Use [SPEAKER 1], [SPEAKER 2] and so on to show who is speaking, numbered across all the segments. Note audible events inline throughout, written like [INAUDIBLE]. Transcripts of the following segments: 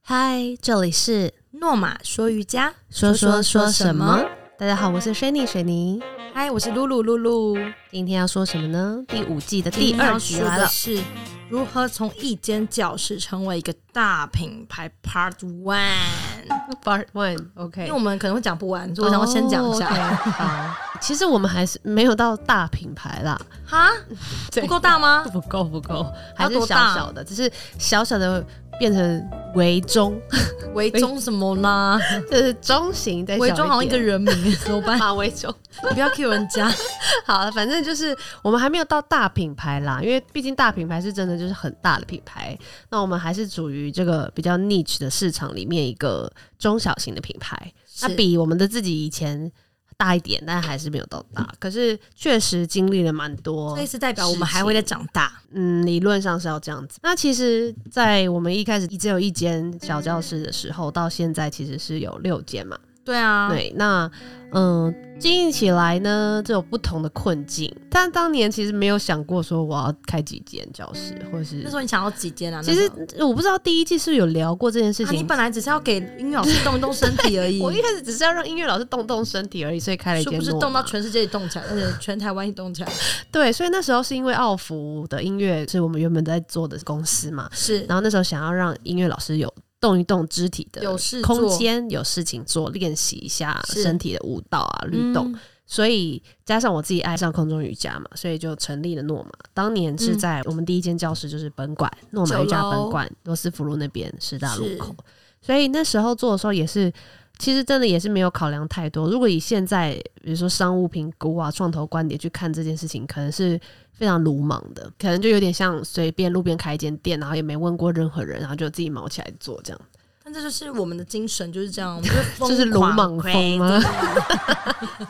[SPEAKER 1] 嗨，这里是
[SPEAKER 2] 诺玛说瑜伽，
[SPEAKER 1] 说说说什么？
[SPEAKER 2] 大家好，
[SPEAKER 1] 我是 Shani 水泥，
[SPEAKER 2] 嗨，我是露露露露。
[SPEAKER 1] 今天要说什么呢？第五季的
[SPEAKER 2] 第
[SPEAKER 1] 第
[SPEAKER 2] 二
[SPEAKER 1] 二
[SPEAKER 2] 集
[SPEAKER 1] 集来
[SPEAKER 2] 的
[SPEAKER 1] 了。
[SPEAKER 2] 是如何从一间教室成为一个大品牌 Part One，
[SPEAKER 1] Part One，
[SPEAKER 2] 因
[SPEAKER 1] OK
[SPEAKER 2] 为我们可能会讲不完，所以我想要先讲一下。
[SPEAKER 1] 好，其实我们还是没有到大品牌啦，
[SPEAKER 2] [LAUGHS] 哈，
[SPEAKER 1] 对
[SPEAKER 2] 不够大吗？ [LAUGHS]
[SPEAKER 1] 不够不够，还
[SPEAKER 2] 要
[SPEAKER 1] 是
[SPEAKER 2] 多
[SPEAKER 1] 小
[SPEAKER 2] 大
[SPEAKER 1] 小的，只是小小的变成为中， [LAUGHS]
[SPEAKER 2] 围中什么啦？
[SPEAKER 1] 就是中型再小
[SPEAKER 2] 围中好像哎一个
[SPEAKER 1] 人
[SPEAKER 2] 人名， [LAUGHS] 怎么办？
[SPEAKER 1] 啊，为中。
[SPEAKER 2] 你不要 Q 人 [LAUGHS] 家。
[SPEAKER 1] [LAUGHS] 好了，反正就是我们还没有到大品牌啦，因为毕竟大品牌是真的就是很大的品牌，那我们还是属于这个比较 niche 的市场里面一个中小型的品牌，那
[SPEAKER 2] 是
[SPEAKER 1] 比我们的自己以前大一点，但还是没有到大，可是确实经历了蛮多
[SPEAKER 2] 这。次代表我们还会再长大。
[SPEAKER 1] 嗯，理论上是要这样子。那其实，在我们一开始只有一间小教室的时候，到现在其实是有六间嘛。
[SPEAKER 2] 对啊，
[SPEAKER 1] 对，那嗯，经营起来呢，就有不同的困境。但当年其实没有想过说我要开几间教室，或是
[SPEAKER 2] 那时候你想要几间啊？
[SPEAKER 1] 其实
[SPEAKER 2] 那时候
[SPEAKER 1] 我不知道第一季是不是有聊过这件事
[SPEAKER 2] 啊你
[SPEAKER 1] 情。
[SPEAKER 2] 本来只是要给音乐老师动一动身体 [LAUGHS] 而已。
[SPEAKER 1] 我一开始只是要让音乐老师动动身体而已，所以开了一
[SPEAKER 2] 殊
[SPEAKER 1] 间
[SPEAKER 2] 不知
[SPEAKER 1] 诺
[SPEAKER 2] 动到
[SPEAKER 1] 玛
[SPEAKER 2] 全世界动起来，而且全台湾一动起来，
[SPEAKER 1] 对，所以那时候是因为奥福的音乐是我们原本在做的公司嘛，
[SPEAKER 2] [LAUGHS] 是
[SPEAKER 1] 然后那时候想要让音乐老师有动一动肢体的
[SPEAKER 2] 有事
[SPEAKER 1] 空
[SPEAKER 2] 做
[SPEAKER 1] 间，有事情做，练习一下
[SPEAKER 2] 是
[SPEAKER 1] 身体的舞蹈啊、律动。，
[SPEAKER 2] 嗯
[SPEAKER 1] 所以加上我自己爱上空中瑜伽嘛，所以就成立了诺玛。当年是在我们第一间教室，就是本馆诺玛瑜伽本馆罗斯福路那边师大路口。所以那时候做的时候也是，其实真的也是没有考量太多。如果以现在比如说商务评估啊、创投观点去看这件事情，可能是非常鲁莽的，可能就有点像随便路边开一间店，然后也没问过任何人，然后就自己毛起来做这样。
[SPEAKER 2] 但这就是我们的精神，就是这
[SPEAKER 1] [LAUGHS]
[SPEAKER 2] 样，我们就是疯
[SPEAKER 1] 这是鲁
[SPEAKER 2] 狂
[SPEAKER 1] 莽啊风吗
[SPEAKER 2] crazy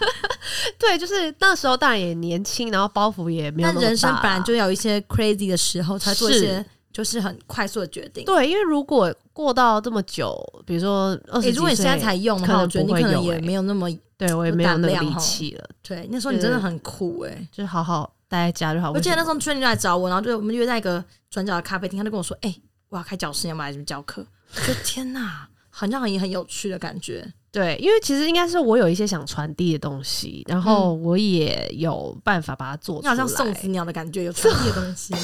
[SPEAKER 1] 对，就是那时候当然也年轻，然后包袱也没有
[SPEAKER 2] 但
[SPEAKER 1] 那么大啦。啊
[SPEAKER 2] 人生本来就要有一些 crazy 的时候，才做一些就是很快速的决定。
[SPEAKER 1] 对，因为如果过到这么久，比如说二
[SPEAKER 2] 诶
[SPEAKER 1] 十、
[SPEAKER 2] 如果你现在才，用的话，
[SPEAKER 1] 可能
[SPEAKER 2] 我觉得你
[SPEAKER 1] 不会
[SPEAKER 2] 可能
[SPEAKER 1] 有欸
[SPEAKER 2] 也
[SPEAKER 1] 诶
[SPEAKER 2] 没有那么
[SPEAKER 1] 对我也没有
[SPEAKER 2] 胆
[SPEAKER 1] 那个
[SPEAKER 2] 量
[SPEAKER 1] 力
[SPEAKER 2] 吼
[SPEAKER 1] 气了，
[SPEAKER 2] 对。那时候你真的很酷哎、
[SPEAKER 1] 就是好好待在家就好。
[SPEAKER 2] 我记得那
[SPEAKER 1] 时
[SPEAKER 2] 时候圈就来找我，然后就我们约在一个转角的咖啡厅，他就跟我说：“哎、我要开教室，你要不要来这边教课？”我觉得天哪，好像很很有趣的感觉。
[SPEAKER 1] 对，因为其实应该是我有一些想传递的东西，然后我也有办法把它做
[SPEAKER 2] 嗯你
[SPEAKER 1] 出来。欸
[SPEAKER 2] 好像送子鸟的感觉，有传递的
[SPEAKER 1] [LAUGHS]
[SPEAKER 2] 东西。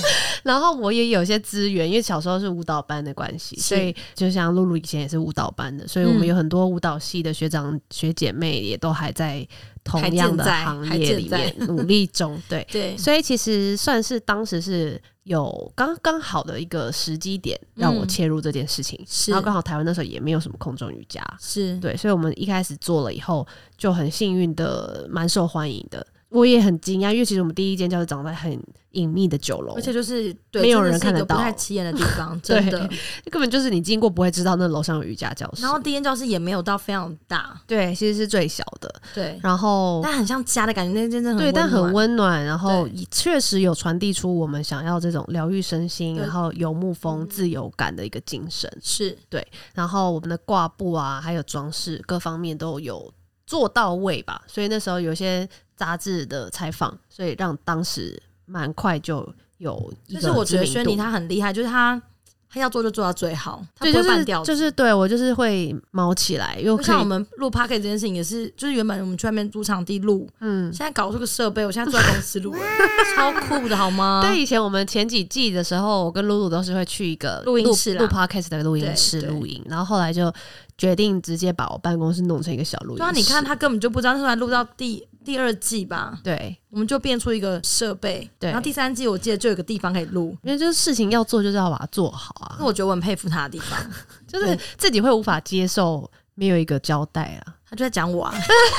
[SPEAKER 1] 然后我也有一些资源，因为小时候是舞蹈班的关系，
[SPEAKER 2] 是
[SPEAKER 1] 所以就像露露以前也是舞蹈班的，所以我们
[SPEAKER 2] 嗯
[SPEAKER 1] 有很多舞蹈系的学长学姐妹也都还在同
[SPEAKER 2] 还健
[SPEAKER 1] 样的
[SPEAKER 2] 在
[SPEAKER 1] 行
[SPEAKER 2] 还
[SPEAKER 1] 业
[SPEAKER 2] 健
[SPEAKER 1] 里
[SPEAKER 2] 在
[SPEAKER 1] 面努力
[SPEAKER 2] [LAUGHS]
[SPEAKER 1] 中。对，
[SPEAKER 2] 对，
[SPEAKER 1] 所以其实算是当时是有刚刚好的一个时机点，让我
[SPEAKER 2] 嗯
[SPEAKER 1] 切入这件事情。
[SPEAKER 2] 是
[SPEAKER 1] 然后刚好台湾那时候也没有什么空中瑜伽，
[SPEAKER 2] 是
[SPEAKER 1] 对，所以我们一开始做了以后，就很幸运的蛮受欢迎的。我也很惊讶，因为其实我们第一间教室长在很隐秘的酒楼，
[SPEAKER 2] 而且就是对
[SPEAKER 1] 没有
[SPEAKER 2] 真的
[SPEAKER 1] 人
[SPEAKER 2] 是一
[SPEAKER 1] 看得
[SPEAKER 2] 个
[SPEAKER 1] 到
[SPEAKER 2] 不太起眼的地方，
[SPEAKER 1] [LAUGHS] 对
[SPEAKER 2] 真的。
[SPEAKER 1] 根本就是你经过不会知道那楼上有瑜伽教室。
[SPEAKER 2] 然后第一间教室也没有到非常大，
[SPEAKER 1] 对，其实是最小的，
[SPEAKER 2] 对，
[SPEAKER 1] 然后
[SPEAKER 2] 但很像家的感觉，那间真的很
[SPEAKER 1] 嗯对，但很
[SPEAKER 2] 温暖。
[SPEAKER 1] 温暖，然后
[SPEAKER 2] 对
[SPEAKER 1] 也确实有传递出我们想要这种疗愈身心，
[SPEAKER 2] 对
[SPEAKER 1] 然后游牧风自由感的一个精神。
[SPEAKER 2] 是
[SPEAKER 1] 然后我们的挂布啊，还有装饰各方面都有做到位吧。所以那时候有一些杂志的采访，所以让当时蛮快就有一
[SPEAKER 2] 就
[SPEAKER 1] 个
[SPEAKER 2] 是我觉得
[SPEAKER 1] 知
[SPEAKER 2] 轩
[SPEAKER 1] 名度
[SPEAKER 2] 尼他很厉害，就是他他要做就做到最好，他
[SPEAKER 1] 对，
[SPEAKER 2] 不
[SPEAKER 1] 就
[SPEAKER 2] 会半
[SPEAKER 1] 是
[SPEAKER 2] 吊子。
[SPEAKER 1] 就是对我就是会毛起来，又
[SPEAKER 2] 就
[SPEAKER 1] 可
[SPEAKER 2] 像我
[SPEAKER 1] 以
[SPEAKER 2] 们录 p o c k e t 这件事情也是，就是原本我们去外面租场地录，
[SPEAKER 1] 嗯。
[SPEAKER 2] 现在搞出个设备，我现在坐在
[SPEAKER 1] [LAUGHS]
[SPEAKER 2] 公司录，超酷的好吗？
[SPEAKER 1] 对，以前我们前几季的时候，我跟露露都是会去一个
[SPEAKER 2] 录音室啦
[SPEAKER 1] 录 podcast 的录音
[SPEAKER 2] 对
[SPEAKER 1] 室
[SPEAKER 2] 对
[SPEAKER 1] 录音，然后后来就决定直接把我办公室弄成一个小录音室。
[SPEAKER 2] 对啊，你看他根本就不知道，那时候还录到第第二季吧，
[SPEAKER 1] 对，
[SPEAKER 2] 我们就变出一个设备，
[SPEAKER 1] 对
[SPEAKER 2] 然后第三季我记得就有个地方可以录，
[SPEAKER 1] 因为就是事情要做，就是要把它做好啊
[SPEAKER 2] 那。我觉得我很佩服他的地方，
[SPEAKER 1] 就是自己会无法接受没有一个交代啦。
[SPEAKER 2] 他就在讲我啊。 [LAUGHS]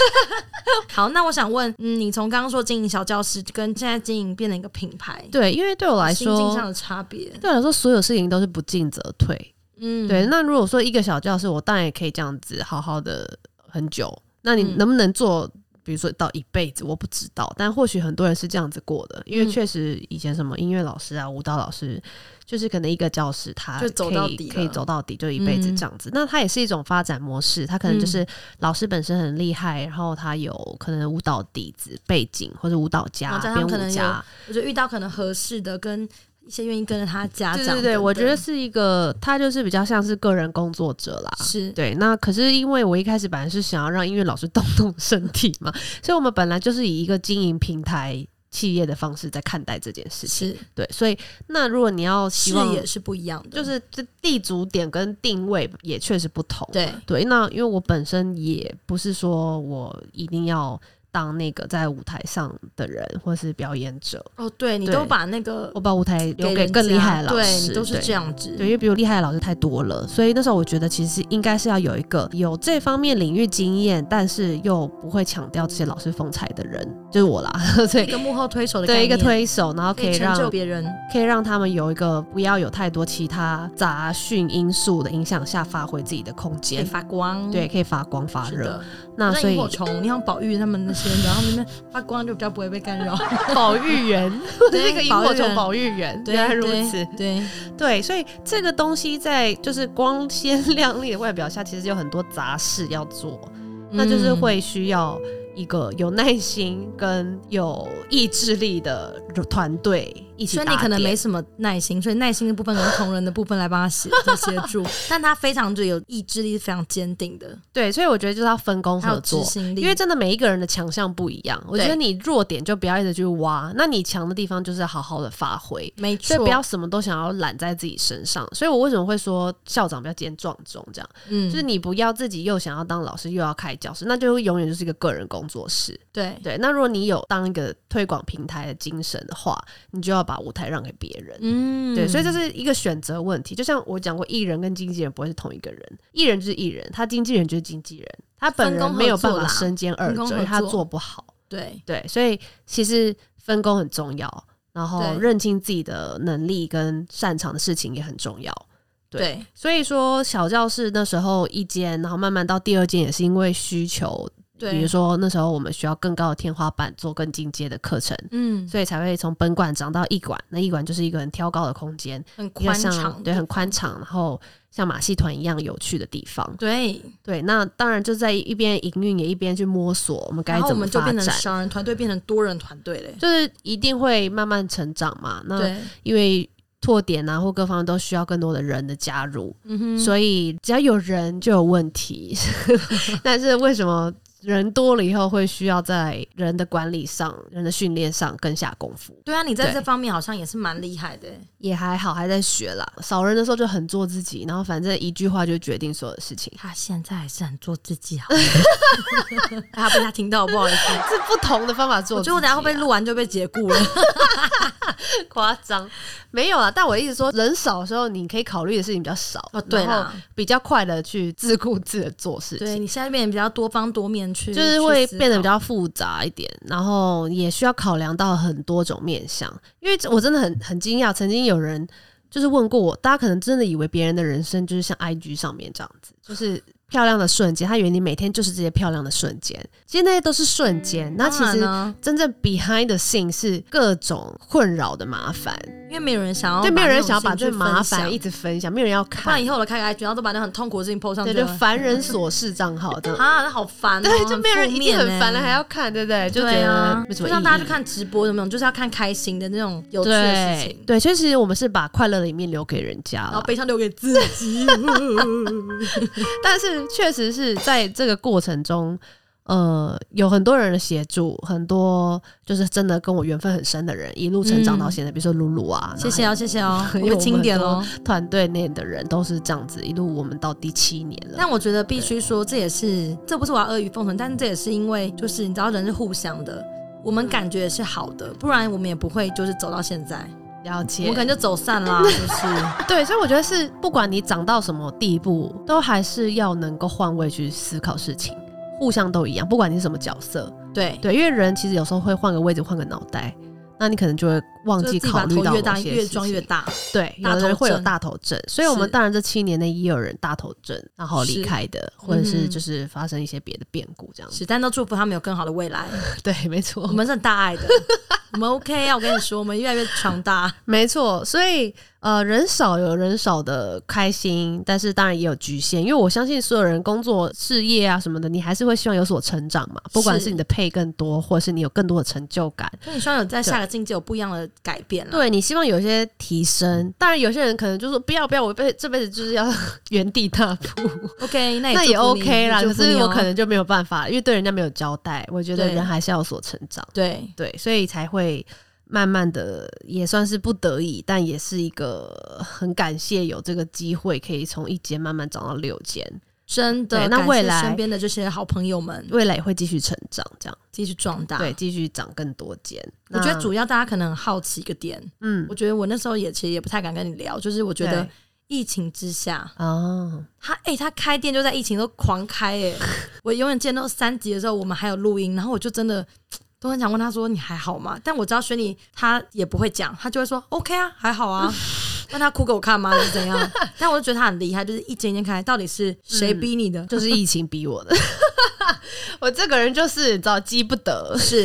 [SPEAKER 2] 好，那我想问，嗯，你从刚刚说经营小教室跟现在经营变成一个品牌，
[SPEAKER 1] 对，因为对我来
[SPEAKER 2] 心境上
[SPEAKER 1] 说，
[SPEAKER 2] 的差别，
[SPEAKER 1] 对我来说，所有事情都是不进则退。
[SPEAKER 2] 嗯，
[SPEAKER 1] 对，那如果说一个小教室，我当然也可以这样子好好的很久。那你
[SPEAKER 2] 嗯
[SPEAKER 1] 能不能做？比如说到一辈子，我不知道，但或许很多人是这样子过的，因为
[SPEAKER 2] 嗯
[SPEAKER 1] 确实以前什么音乐老师啊、舞蹈老师，就是可能一个教室他
[SPEAKER 2] 就走
[SPEAKER 1] 可以
[SPEAKER 2] 到底了
[SPEAKER 1] 可以走到底，就一辈子
[SPEAKER 2] 嗯
[SPEAKER 1] 这样子。那它也是一种发展模式，它可能就是老师本身很厉害，然后他有可能舞蹈底子、背景或者舞蹈
[SPEAKER 2] 然
[SPEAKER 1] 家
[SPEAKER 2] 后加、上
[SPEAKER 1] 编
[SPEAKER 2] 可能
[SPEAKER 1] 舞
[SPEAKER 2] 有
[SPEAKER 1] 家，
[SPEAKER 2] 我觉得遇到可能合适的跟一些愿意跟着他家长
[SPEAKER 1] 对
[SPEAKER 2] 等
[SPEAKER 1] 对
[SPEAKER 2] 等。
[SPEAKER 1] 对，我觉得是一个，他就是比较像是个人工作者啦。
[SPEAKER 2] 是
[SPEAKER 1] 对，那可是因为我一开始本来是想要让音乐老师动 [LAUGHS] 动身体嘛，所以我们本来就是以一个经营平台企业的方式在看待这件事情。
[SPEAKER 2] 是
[SPEAKER 1] 对，所以那如果你要希
[SPEAKER 2] 视
[SPEAKER 1] 望，
[SPEAKER 2] 野是不一样的，
[SPEAKER 1] 就是这立足点跟定位也确实不同。
[SPEAKER 2] 对
[SPEAKER 1] 对，那因为我本身也不是说我一定要当那个在舞台上的人或是表演者，
[SPEAKER 2] 哦，对你
[SPEAKER 1] 对
[SPEAKER 2] 都把那个
[SPEAKER 1] 我把舞台留给
[SPEAKER 2] 人
[SPEAKER 1] 更厉
[SPEAKER 2] 家
[SPEAKER 1] 害的老
[SPEAKER 2] 对
[SPEAKER 1] 师，
[SPEAKER 2] 你都是这样子，
[SPEAKER 1] 对，因为比我厉害的老师太多了，所以那时候我觉得其实应该是要有一个有这方面领域经验，但是又不会强调这些老师风采的人，就是我啦。 [LAUGHS] 所
[SPEAKER 2] 一
[SPEAKER 1] 以
[SPEAKER 2] 个幕后推手的概
[SPEAKER 1] 对一
[SPEAKER 2] 念
[SPEAKER 1] 个推手，然后
[SPEAKER 2] 可
[SPEAKER 1] 可
[SPEAKER 2] 以
[SPEAKER 1] 以
[SPEAKER 2] 成
[SPEAKER 1] 让
[SPEAKER 2] 就别人，
[SPEAKER 1] 可以让他们有一个不要有太多其他杂讯因素的影响下发挥自己的空
[SPEAKER 2] 可以
[SPEAKER 1] 间。
[SPEAKER 2] 发光，
[SPEAKER 1] 对，，可以发光发
[SPEAKER 2] 是
[SPEAKER 1] 热
[SPEAKER 2] 的。。
[SPEAKER 1] 那
[SPEAKER 2] 像
[SPEAKER 1] 所
[SPEAKER 2] 萤
[SPEAKER 1] 以
[SPEAKER 2] 火虫，你像宝玉他们那些，然后他们发光就比较不会被
[SPEAKER 1] [LAUGHS]
[SPEAKER 2] 干扰。
[SPEAKER 1] 保育 [LAUGHS] 人，
[SPEAKER 2] 对
[SPEAKER 1] 这个萤火
[SPEAKER 2] 保育
[SPEAKER 1] 虫
[SPEAKER 2] 人
[SPEAKER 1] 保育人，
[SPEAKER 2] 对
[SPEAKER 1] 原来如
[SPEAKER 2] 对
[SPEAKER 1] 此。
[SPEAKER 2] 对，
[SPEAKER 1] 对，所以这个东西在就是光鲜 [LAUGHS] 亮丽的外表下，其实有很多杂事要做，那就是
[SPEAKER 2] 嗯
[SPEAKER 1] 会需要一个有耐心跟有意志力的团队一起
[SPEAKER 2] 所
[SPEAKER 1] 打
[SPEAKER 2] 以
[SPEAKER 1] 点。
[SPEAKER 2] 你可能没什么耐心，所以耐心的部分跟同仁的部分来帮他协就协助， [LAUGHS] 但他非常的有意志力，非常坚定的，
[SPEAKER 1] 对，所以我觉得就是要分工
[SPEAKER 2] 还有
[SPEAKER 1] 合
[SPEAKER 2] 执
[SPEAKER 1] 作。
[SPEAKER 2] 行力，
[SPEAKER 1] 因为真的每一个人的强项不一样，我觉
[SPEAKER 2] 对
[SPEAKER 1] 得你弱点就不要一直去挖，那你强的地方就是好好的发挥。
[SPEAKER 2] 没
[SPEAKER 1] 所
[SPEAKER 2] 错，
[SPEAKER 1] 以不要什么都想要揽在自己身上。所以我为什么会说校长比较兼壮中这样？
[SPEAKER 2] 嗯，
[SPEAKER 1] 就是你不要自己又想要当老师又要开教室，那就永远就是一个个人工作室。
[SPEAKER 2] 对
[SPEAKER 1] 对，那如果你有当一个推广平台的精神的话，你就要把舞台让给别人。
[SPEAKER 2] 嗯
[SPEAKER 1] 对，所以这是一个选择问题。就像我讲过，艺人跟经纪人不会是同一个人，艺人就是艺人，他经纪人就是经纪人，他本
[SPEAKER 2] 分工
[SPEAKER 1] 人
[SPEAKER 2] 合
[SPEAKER 1] 没有办
[SPEAKER 2] 作
[SPEAKER 1] 法
[SPEAKER 2] 啦
[SPEAKER 1] 身兼二
[SPEAKER 2] 分工合
[SPEAKER 1] 职，他
[SPEAKER 2] 作
[SPEAKER 1] 做不好。
[SPEAKER 2] 对
[SPEAKER 1] 对，所以其实分工很重要，然后
[SPEAKER 2] 对
[SPEAKER 1] 认清自己的能力跟擅长的事情也很重要。对
[SPEAKER 2] 对
[SPEAKER 1] 所以说，小教室那时候一间，然后慢慢到第二间，也是因为需求，比如
[SPEAKER 2] 对，
[SPEAKER 1] 说那时候我们需要更高的天花板，做更进阶的课程，
[SPEAKER 2] 嗯，
[SPEAKER 1] 所以才会从本馆长到艺馆。那艺馆就是一个很挑高的空间，
[SPEAKER 2] 很
[SPEAKER 1] 比较
[SPEAKER 2] 宽
[SPEAKER 1] 像
[SPEAKER 2] 敞，
[SPEAKER 1] 对，很宽敞，然后像马戏团一样有趣的地方。
[SPEAKER 2] 对，
[SPEAKER 1] 对，那当然就在一边营运，也一边去摸索我们该
[SPEAKER 2] 然后我
[SPEAKER 1] 怎么
[SPEAKER 2] 们就
[SPEAKER 1] 发
[SPEAKER 2] 变成
[SPEAKER 1] 展。
[SPEAKER 2] 小人团队，变成多人团队嘞，
[SPEAKER 1] 就是一定会慢慢成长嘛。那
[SPEAKER 2] 对，
[SPEAKER 1] 因为拓点啊或各方面都需要更多的人的加入，
[SPEAKER 2] 嗯哼，
[SPEAKER 1] 所以只要有人就有问题。 [LAUGHS] 但是为什么人多了以后会需要在人的管理上、人的训练上更下功夫？
[SPEAKER 2] 对啊，你在
[SPEAKER 1] 对
[SPEAKER 2] 这方面好像也是蛮厉害的欸，
[SPEAKER 1] 也还好，还在学啦。少人的时候就很做自己，然后反正一句话就决定所有的事情。
[SPEAKER 2] 他现在还是很做自己，好吗， [LAUGHS] 他被他听到，不好意 [LAUGHS] 思。
[SPEAKER 1] 是不同的方法做
[SPEAKER 2] 我
[SPEAKER 1] 自己
[SPEAKER 2] 觉
[SPEAKER 1] 啊、
[SPEAKER 2] 得我等下会不会录完就被解雇了？
[SPEAKER 1] 夸张？没有啦，啊但我一直说，人少的时候你可以考虑的事情比较少，
[SPEAKER 2] 哦，对
[SPEAKER 1] 然后
[SPEAKER 2] 啦，
[SPEAKER 1] 比较快的去自顾自的做事
[SPEAKER 2] [LAUGHS] 对
[SPEAKER 1] 情，
[SPEAKER 2] 你现在变得比较多方多面去，
[SPEAKER 1] 就是会
[SPEAKER 2] 去思考
[SPEAKER 1] 变得比较复杂一点，然后也需要考量到很多种面向。因为我真的很很惊讶，曾经有人就是问过我，大家可能真的以为别人的人生就是像 IG 上面这样子，就是。漂亮的瞬间，他以为你每天就是这些漂亮的瞬间，其实那些都是瞬间。那其
[SPEAKER 2] 嗯当然
[SPEAKER 1] 实
[SPEAKER 2] 呢，
[SPEAKER 1] 真正 behind the scene 是各种困扰的麻烦，
[SPEAKER 2] 因为没有人想要，
[SPEAKER 1] 对，没有人想要把这麻
[SPEAKER 2] 把
[SPEAKER 1] 烦一
[SPEAKER 2] 那种事情去分享
[SPEAKER 1] 直分享，没有人要
[SPEAKER 2] 不然
[SPEAKER 1] 看，
[SPEAKER 2] 以后我开个 IG，然后都把那很痛苦的事情 PO 上去
[SPEAKER 1] 对，
[SPEAKER 2] 了，
[SPEAKER 1] 就凡人琐事账号这样。
[SPEAKER 2] 啊，那好烦哦，
[SPEAKER 1] [LAUGHS] 对，就没有人
[SPEAKER 2] 负
[SPEAKER 1] 已
[SPEAKER 2] 面
[SPEAKER 1] 经很
[SPEAKER 2] 欸
[SPEAKER 1] 烦了，还要看，对不对？就觉
[SPEAKER 2] 对啊
[SPEAKER 1] 得，没什
[SPEAKER 2] 就
[SPEAKER 1] 么意义。
[SPEAKER 2] 让大家去看直播，有没有？就是要看开心的那种有趣的事
[SPEAKER 1] 对哦
[SPEAKER 2] 情，
[SPEAKER 1] 对，所以其实我们是把快乐的一面留给人家
[SPEAKER 2] 然后
[SPEAKER 1] 了，
[SPEAKER 2] 悲伤留给自己。
[SPEAKER 1] 但是确实是在这个过程中，呃，有很多人的协助，很多就是真的跟我缘分很深的人，一路成长到现在，比如说露露啊，
[SPEAKER 2] [LAUGHS] 嗯谢谢哦，谢谢 [LAUGHS] 哦，我
[SPEAKER 1] 因为我
[SPEAKER 2] 们
[SPEAKER 1] 们
[SPEAKER 2] 经典
[SPEAKER 1] 很多
[SPEAKER 2] 喽。
[SPEAKER 1] 团队内的人都是这样子，一路我们到第七年了。
[SPEAKER 2] 但我觉得必须说，这也是这不是我要阿谀奉承，但这也是因为就是你知道人是互相的，我们感觉也是好的，不然我们也不会就是走到现在，
[SPEAKER 1] 了
[SPEAKER 2] 我
[SPEAKER 1] 解
[SPEAKER 2] 们可能就走散
[SPEAKER 1] [LAUGHS]
[SPEAKER 2] 啦，就是
[SPEAKER 1] 对，所以我觉得是不管你长到什么地步，都还是要能够换位去思考事情，互相都一样，不管你是什么角色，
[SPEAKER 2] 对，
[SPEAKER 1] 对，因为人其实有时候会换个位置，换个脑袋，那你可能就会忘
[SPEAKER 2] 就
[SPEAKER 1] 记
[SPEAKER 2] 是自己
[SPEAKER 1] 考
[SPEAKER 2] 把
[SPEAKER 1] 虑
[SPEAKER 2] 头
[SPEAKER 1] 到
[SPEAKER 2] 越
[SPEAKER 1] 某
[SPEAKER 2] 大
[SPEAKER 1] 些
[SPEAKER 2] 越
[SPEAKER 1] 事
[SPEAKER 2] 装越
[SPEAKER 1] 情，嗯
[SPEAKER 2] 大，
[SPEAKER 1] 对，有
[SPEAKER 2] 大
[SPEAKER 1] 的人
[SPEAKER 2] 头
[SPEAKER 1] 会有
[SPEAKER 2] 症
[SPEAKER 1] 大头症，所以我
[SPEAKER 2] 是
[SPEAKER 1] 们当然这七年内也有人大头症，然后
[SPEAKER 2] 是
[SPEAKER 1] 离开的，或者
[SPEAKER 2] 嗯
[SPEAKER 1] 是
[SPEAKER 2] 哼
[SPEAKER 1] 就是发生一些别的变故这样
[SPEAKER 2] [LAUGHS]
[SPEAKER 1] 子，
[SPEAKER 2] 是，但都祝福他们有更好的未来，
[SPEAKER 1] 对，没错
[SPEAKER 2] 我，们是很大爱的，我们 OK 啊，我跟你说，我们越来越强大，
[SPEAKER 1] [LAUGHS] 没错，所以呃，人少有人少的开心，但是当然也有局限，因为我相信所有人工作、事业啊什么的，你还是会希望有所成长嘛，不管
[SPEAKER 2] 是
[SPEAKER 1] 是你的配更多，或是你有更多的成就感，
[SPEAKER 2] 所以你希望有在下个境界有不一样的改变了。
[SPEAKER 1] 对你希望有一些提升，当然有些人可能就说不要不要，我辈这辈子就是要 [LAUGHS] 原地踏步，
[SPEAKER 2] OK，那也
[SPEAKER 1] 那也
[SPEAKER 2] 哎祝福你
[SPEAKER 1] OK 啦。
[SPEAKER 2] 祝
[SPEAKER 1] 可
[SPEAKER 2] 福你
[SPEAKER 1] 是我
[SPEAKER 2] 哦
[SPEAKER 1] 可能就没有办法，因为对人家没有交代。我觉得
[SPEAKER 2] 对
[SPEAKER 1] 人还是要有所成长，
[SPEAKER 2] 对
[SPEAKER 1] 对，所以才会慢慢的也算是不得已，但也是一个很感谢有这个机会，可以从一间慢慢长到六间，
[SPEAKER 2] 真的
[SPEAKER 1] 对那
[SPEAKER 2] 感谢
[SPEAKER 1] 未来
[SPEAKER 2] 身边的这些好朋友们
[SPEAKER 1] 未来也会继续成长，这样
[SPEAKER 2] 继续壮大。
[SPEAKER 1] 对，，继续长更多间。
[SPEAKER 2] 啊我觉得
[SPEAKER 1] 那
[SPEAKER 2] 主要大家可能很好奇一个点，
[SPEAKER 1] 嗯
[SPEAKER 2] 我觉得我那时候也其实也不太敢跟你聊，就是我觉得
[SPEAKER 1] [LAUGHS] 对
[SPEAKER 2] 疫情之下，
[SPEAKER 1] 哦，
[SPEAKER 2] 他哎、他开店就在疫情都狂开哎、
[SPEAKER 1] [LAUGHS]
[SPEAKER 2] 我永远见到三级的时候，我们还有录音，然后我就真的都很想问他说你还好吗？但我知道轩尼他也不会讲，他就会说 OK 啊，还好
[SPEAKER 1] [LAUGHS]
[SPEAKER 2] 啊。让他哭给我看吗？还是怎样？但我就觉得他很厉害，就是一间一间开，到底是谁
[SPEAKER 1] 嗯
[SPEAKER 2] 逼你
[SPEAKER 1] [LAUGHS]
[SPEAKER 2] 的？
[SPEAKER 1] 就是疫情逼我的，我这个人就是你知道积不得，
[SPEAKER 2] 是，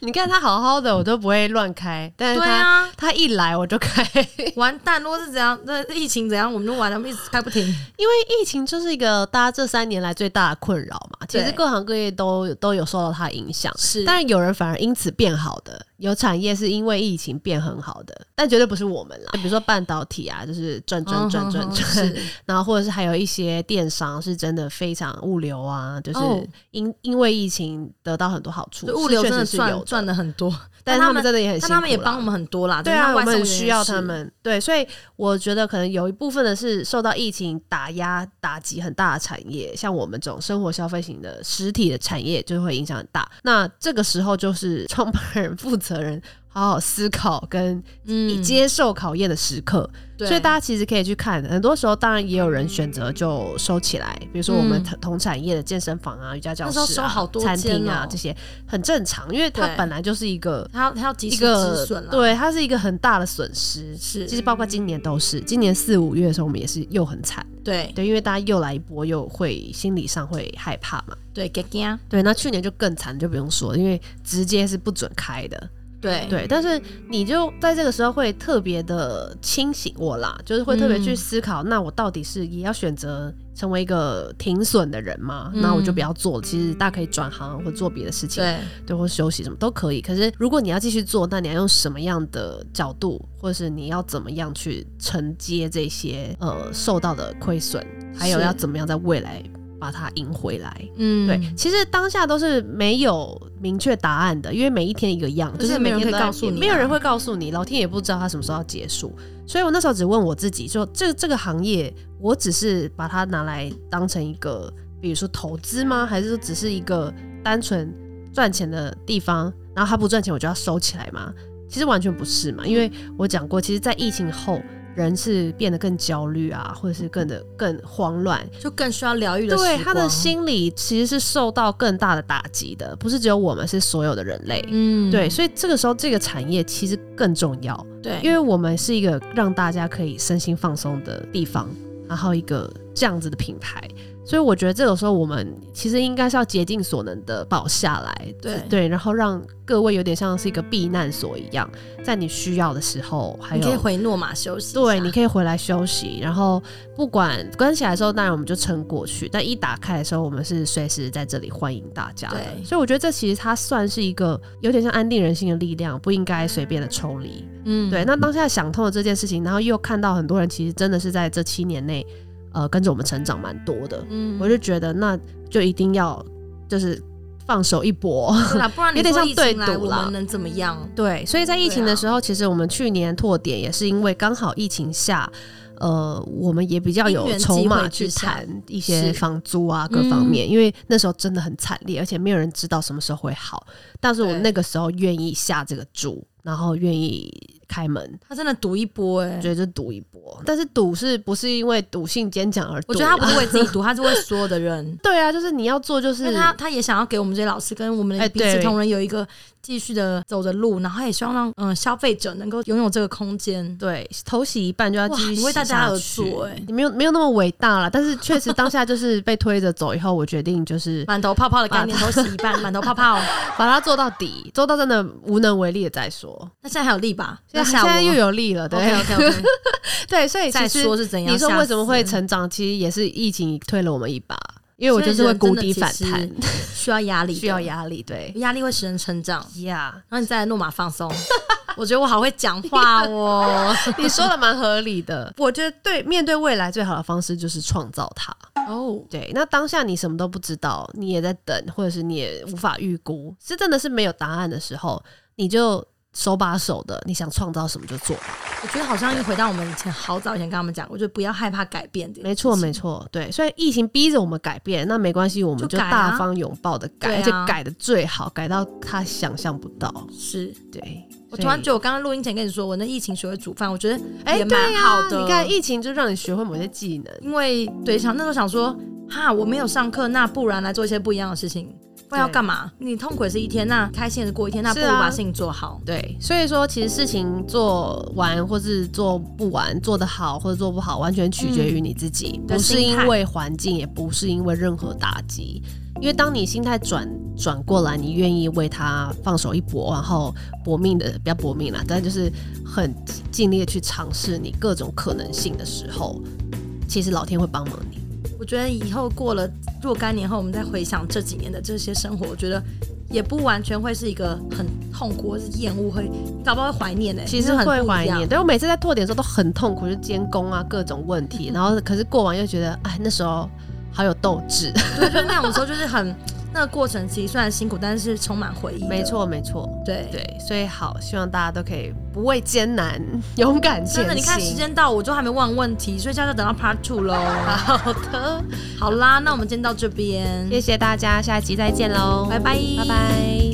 [SPEAKER 1] 你看他好好的我都不会乱开，但是
[SPEAKER 2] 对
[SPEAKER 1] 他、
[SPEAKER 2] 啊，
[SPEAKER 1] 他一来我就开。 [LAUGHS]
[SPEAKER 2] 完蛋！如果是怎样，那疫情怎样，我们就完了，我们一直开不停。
[SPEAKER 1] [LAUGHS] 因为疫情就是一个大家这三年来最大的困扰嘛，其
[SPEAKER 2] 对
[SPEAKER 1] 实各行各业都都有受到它影响。
[SPEAKER 2] 是
[SPEAKER 1] 当然，有人反而因此变好的，有产业是因为疫情变很好的，但绝对不是我们啦。比如说半导体啊，就是转转转转 [LAUGHS]
[SPEAKER 2] 嗯
[SPEAKER 1] 转，然后或者是还有一些电商是真的非常物流啊，就是
[SPEAKER 2] 哦
[SPEAKER 1] 因、因为疫情得到很多好处，
[SPEAKER 2] 就物流
[SPEAKER 1] 是
[SPEAKER 2] 真
[SPEAKER 1] 确
[SPEAKER 2] 的
[SPEAKER 1] 实是有
[SPEAKER 2] 赚赚
[SPEAKER 1] 的，
[SPEAKER 2] 了很多，
[SPEAKER 1] 但
[SPEAKER 2] 但
[SPEAKER 1] 他
[SPEAKER 2] 他
[SPEAKER 1] 们
[SPEAKER 2] 们
[SPEAKER 1] 真的 [LAUGHS] 也很辛
[SPEAKER 2] 但
[SPEAKER 1] 苦啦，
[SPEAKER 2] 他们也帮我们很多啦。
[SPEAKER 1] 对
[SPEAKER 2] 就是
[SPEAKER 1] 啊，
[SPEAKER 2] 那
[SPEAKER 1] 我
[SPEAKER 2] 外
[SPEAKER 1] 们
[SPEAKER 2] 送
[SPEAKER 1] 很
[SPEAKER 2] 员也
[SPEAKER 1] 需要
[SPEAKER 2] 是
[SPEAKER 1] 他。们。对，所以我觉得可能有一部分的是受到疫情打压打击很大的产业，像我们这种生活消费型的实体的产业，就会影响很大。那这个时候就是 [LAUGHS] 创办人、负责人好好思考跟
[SPEAKER 2] 嗯，
[SPEAKER 1] 接受考验的时刻。
[SPEAKER 2] 对
[SPEAKER 1] 所以大家其实可以去看，很多时候当然也有人选择就收起来，比如说我们
[SPEAKER 2] 嗯
[SPEAKER 1] 同同产业的健身房啊、瑜伽教
[SPEAKER 2] 那
[SPEAKER 1] 室
[SPEAKER 2] 时
[SPEAKER 1] 啊、
[SPEAKER 2] 候收好多
[SPEAKER 1] 餐
[SPEAKER 2] 间
[SPEAKER 1] 厅啊
[SPEAKER 2] 哦
[SPEAKER 1] 这些很正常，因为它
[SPEAKER 2] 对
[SPEAKER 1] 本来就是一个。
[SPEAKER 2] 他要他要及
[SPEAKER 1] 一
[SPEAKER 2] 时
[SPEAKER 1] 个
[SPEAKER 2] 止损了。，
[SPEAKER 1] 对，它是一个很大的损失。
[SPEAKER 2] 是
[SPEAKER 1] 其实包括今年都是，今年四五月的时候，我们也是又很惨，
[SPEAKER 2] 对
[SPEAKER 1] 对，因为大家又来一波，又会心理上会害怕嘛。
[SPEAKER 2] 对，给啊惊，
[SPEAKER 1] 对，那去年就更惨，就不用说，因为直接是不准开的。
[SPEAKER 2] 对
[SPEAKER 1] 对，但是你就在这个时候会特别的清醒我啦，就是会特别去
[SPEAKER 2] 嗯
[SPEAKER 1] 思考，那我到底是也要选择成为一个停损的人吗？
[SPEAKER 2] 嗯
[SPEAKER 1] 那我就不要做了，其实大家可以转行或做别的事情。
[SPEAKER 2] 对
[SPEAKER 1] 对，或休息什么都可以。可是如果你要继续做，那你要用什么样的角度，或者是你要怎么样去承接这些呃受到的亏损，还有
[SPEAKER 2] 是
[SPEAKER 1] 要怎么样在未来把它赢回来？
[SPEAKER 2] 嗯
[SPEAKER 1] 对，其实当下都是没有明确答案的，因为每一天一个样，就
[SPEAKER 2] 而且
[SPEAKER 1] 是
[SPEAKER 2] 没有
[SPEAKER 1] 每天
[SPEAKER 2] 人可以
[SPEAKER 1] 都在
[SPEAKER 2] 告诉
[SPEAKER 1] 变
[SPEAKER 2] 你
[SPEAKER 1] 没有
[SPEAKER 2] 啊
[SPEAKER 1] 人会告诉你，老天也不知道他什么时候要结束。所以我那时候只问我自己，说这这个行业，我只是把它拿来当成一个，比如说投资吗？还是说只是一个单纯赚钱的地方？然后它不赚钱，我就要收起来吗？其实完全不是
[SPEAKER 2] 嗯
[SPEAKER 1] 嘛，因为我讲过，其实，在疫情后，人是变得更焦虑啊，或者是更的更慌乱，
[SPEAKER 2] 就更需要疗愈的
[SPEAKER 1] 对
[SPEAKER 2] 时
[SPEAKER 1] 他的
[SPEAKER 2] 光，
[SPEAKER 1] 心理其实是受到更大的打击的，不是只有我们，是所有的人类。
[SPEAKER 2] 嗯，
[SPEAKER 1] 对，所以这个时候这个产业其实更重要，
[SPEAKER 2] 对，
[SPEAKER 1] 因为我们是一个让大家可以身心放松的地方，然后一个这样子的品牌，所以我觉得这个时候我们其实应该是要竭尽所能的保下来，
[SPEAKER 2] 对
[SPEAKER 1] 对，然后让各位有点像是一个避难所一样，在你需要的时候，还
[SPEAKER 2] 你可以
[SPEAKER 1] 有
[SPEAKER 2] 回诺马休息一下，
[SPEAKER 1] 对，你可以回来休息。然后不管关起来的时候，当然我们就撑过去；但一打开的时候，我们是随时在这里欢迎大家的。
[SPEAKER 2] 对
[SPEAKER 1] 所以我觉得这其实它算是一个有点像安定人心的力量，不应该随便的抽离。
[SPEAKER 2] 嗯
[SPEAKER 1] 对，那当下想通了这件事情，然后又看到很多人其实真的是在这七年内，呃，跟着我们成长蛮多的，
[SPEAKER 2] 嗯
[SPEAKER 1] 我就觉得那就一定要就是放手一搏。
[SPEAKER 2] 是啦，不然你
[SPEAKER 1] 有点
[SPEAKER 2] 说
[SPEAKER 1] 像
[SPEAKER 2] 疫情
[SPEAKER 1] 对
[SPEAKER 2] 来
[SPEAKER 1] 赌
[SPEAKER 2] 我
[SPEAKER 1] 啦
[SPEAKER 2] 们能怎么样？
[SPEAKER 1] 对，所以
[SPEAKER 2] 嗯
[SPEAKER 1] 在疫情
[SPEAKER 2] 啊
[SPEAKER 1] 的时候，其实我们去年拓点也是因为刚好疫情下，呃，我们也比较有筹码去谈一些房租啊
[SPEAKER 2] 嗯
[SPEAKER 1] 各方面，因为那时候真的很惨烈，而且没有人知道什么时候会好。但是我
[SPEAKER 2] 对
[SPEAKER 1] 那个时候愿意下这个注，然后愿意开门。
[SPEAKER 2] 他真的赌一波哎、
[SPEAKER 1] 觉得就赌一波，但是赌是不是因为赌性坚强而赌
[SPEAKER 2] 我觉得他
[SPEAKER 1] 啦。
[SPEAKER 2] 不是为自己赌，他是为所有的人
[SPEAKER 1] 对啊，就是你要做就是
[SPEAKER 2] 因为他他也想要给我们这些老师跟我们
[SPEAKER 1] 哎
[SPEAKER 2] 的彼此
[SPEAKER 1] 对
[SPEAKER 2] 同仁有一个继续的走的路，然后他也希望让嗯、呃消费者能够拥有这个空间。
[SPEAKER 1] 对，头洗一半就要继
[SPEAKER 2] 哇
[SPEAKER 1] 续
[SPEAKER 2] 你为
[SPEAKER 1] 洗
[SPEAKER 2] 大家
[SPEAKER 1] 下
[SPEAKER 2] 而
[SPEAKER 1] 去
[SPEAKER 2] 做欸
[SPEAKER 1] 你没有没有那么伟大啦，但是确实当下就是被推着走以后，我决定
[SPEAKER 2] [LAUGHS]
[SPEAKER 1] 就是
[SPEAKER 2] 满头泡泡的概念，
[SPEAKER 1] 把
[SPEAKER 2] 头洗一
[SPEAKER 1] [LAUGHS]
[SPEAKER 2] 半，满头泡泡。
[SPEAKER 1] 把它做到底，做到真的无能为力了再说。
[SPEAKER 2] 那现在还有力吧？
[SPEAKER 1] [LAUGHS] 现在
[SPEAKER 2] 那
[SPEAKER 1] 现
[SPEAKER 2] 下午
[SPEAKER 1] 在又有力了，对
[SPEAKER 2] OK OK OK，
[SPEAKER 1] [LAUGHS] 对，所以
[SPEAKER 2] 再
[SPEAKER 1] 其
[SPEAKER 2] 说
[SPEAKER 1] 实
[SPEAKER 2] 是怎样？啊
[SPEAKER 1] 你说为什么会
[SPEAKER 2] 吓死
[SPEAKER 1] 成长，其实也是疫情推了我们一把，因为我就是
[SPEAKER 2] 所以
[SPEAKER 1] 会
[SPEAKER 2] 人
[SPEAKER 1] 谷
[SPEAKER 2] 真的
[SPEAKER 1] 底
[SPEAKER 2] 其
[SPEAKER 1] 反
[SPEAKER 2] 实
[SPEAKER 1] 弹，
[SPEAKER 2] 需要压力？
[SPEAKER 1] 需要，压力，对 [LAUGHS]
[SPEAKER 2] 压力会使人成长，
[SPEAKER 1] 呀。
[SPEAKER 2] 然后你再来诺马放松。我觉得我好会讲话
[SPEAKER 1] [LAUGHS]
[SPEAKER 2] 哦。
[SPEAKER 1] 你说的蛮合理
[SPEAKER 2] [LAUGHS]
[SPEAKER 1] 的。我觉得对面对未来最好的方式就是创造它。
[SPEAKER 2] 哦，
[SPEAKER 1] 对，那当下你什么都不知道，你也在等，或者是你也无法预估，是真的是没有答案的时候，你就手把手的，你想创造什么就做。
[SPEAKER 2] 我觉得好像又回到我们以前好早以前跟他们讲，我觉得不要害怕改变这件
[SPEAKER 1] 没错，
[SPEAKER 2] 事情
[SPEAKER 1] 没错，对，所以疫情逼着我们改变，那没关系，我们
[SPEAKER 2] 就
[SPEAKER 1] 就
[SPEAKER 2] 改啊
[SPEAKER 1] 大方拥抱的改，
[SPEAKER 2] 对啊
[SPEAKER 1] 而且改的最好，改到他想象不到。
[SPEAKER 2] 是
[SPEAKER 1] 对，
[SPEAKER 2] 我
[SPEAKER 1] 所以
[SPEAKER 2] 突然觉得我刚刚录音前跟你说，我那疫情学会煮饭，我觉得
[SPEAKER 1] 哎、
[SPEAKER 2] 也
[SPEAKER 1] 对
[SPEAKER 2] 蛮好
[SPEAKER 1] 啊，
[SPEAKER 2] 的。
[SPEAKER 1] 你看疫情就让你学会某些技能，
[SPEAKER 2] 因为对想那时候想说，哈，我没有上课，那不然来做一些不一样的事情，不然要
[SPEAKER 1] 对
[SPEAKER 2] 干嘛？你痛苦也是一天，那开心也是过一天，那不如
[SPEAKER 1] 是啊
[SPEAKER 2] 把事情做好。
[SPEAKER 1] 对，所以说其实事情做完或是做不完，做得好或者做不好，完全取决于你自己，
[SPEAKER 2] 嗯的
[SPEAKER 1] 不是
[SPEAKER 2] 心
[SPEAKER 1] 因
[SPEAKER 2] 态
[SPEAKER 1] 为环境，也不是因为任何打击。因为当你心态转转过来，你愿意为他放手一搏，然后搏命的不要搏命啦，但就是很尽力的去尝试你各种可能性的时候，其实老天会帮忙你。
[SPEAKER 2] 我觉得以后过了若干年后，我们再回想这几年的这些生活，我觉得也不完全会是一个很痛苦或是厌恶，会搞不好会怀念呢、
[SPEAKER 1] 其
[SPEAKER 2] 因
[SPEAKER 1] 实
[SPEAKER 2] 为很
[SPEAKER 1] 会
[SPEAKER 2] 不一
[SPEAKER 1] 怀
[SPEAKER 2] 样
[SPEAKER 1] 念，。对我每次在拓点的时候都很痛苦，就监工啊各种问题，
[SPEAKER 2] 嗯
[SPEAKER 1] 然后可是过完又觉得，哎，那时候好有斗志。
[SPEAKER 2] 对，就是那种时候，就是很那个过程，其实虽然辛苦，但是充满回忆。
[SPEAKER 1] 没，错，没错，
[SPEAKER 2] 对。
[SPEAKER 1] 对，所以好，希望大家都可以不畏艰难， [LAUGHS] 勇敢前行。
[SPEAKER 2] 真的，你看时间到，我就还没问问题，所以现在就等到 Part Two 喽。
[SPEAKER 1] [LAUGHS] 好的，
[SPEAKER 2] 好啦，那我们今天到这边，
[SPEAKER 1] 谢谢大家，下一集再见喽，
[SPEAKER 2] 拜拜，
[SPEAKER 1] 拜拜。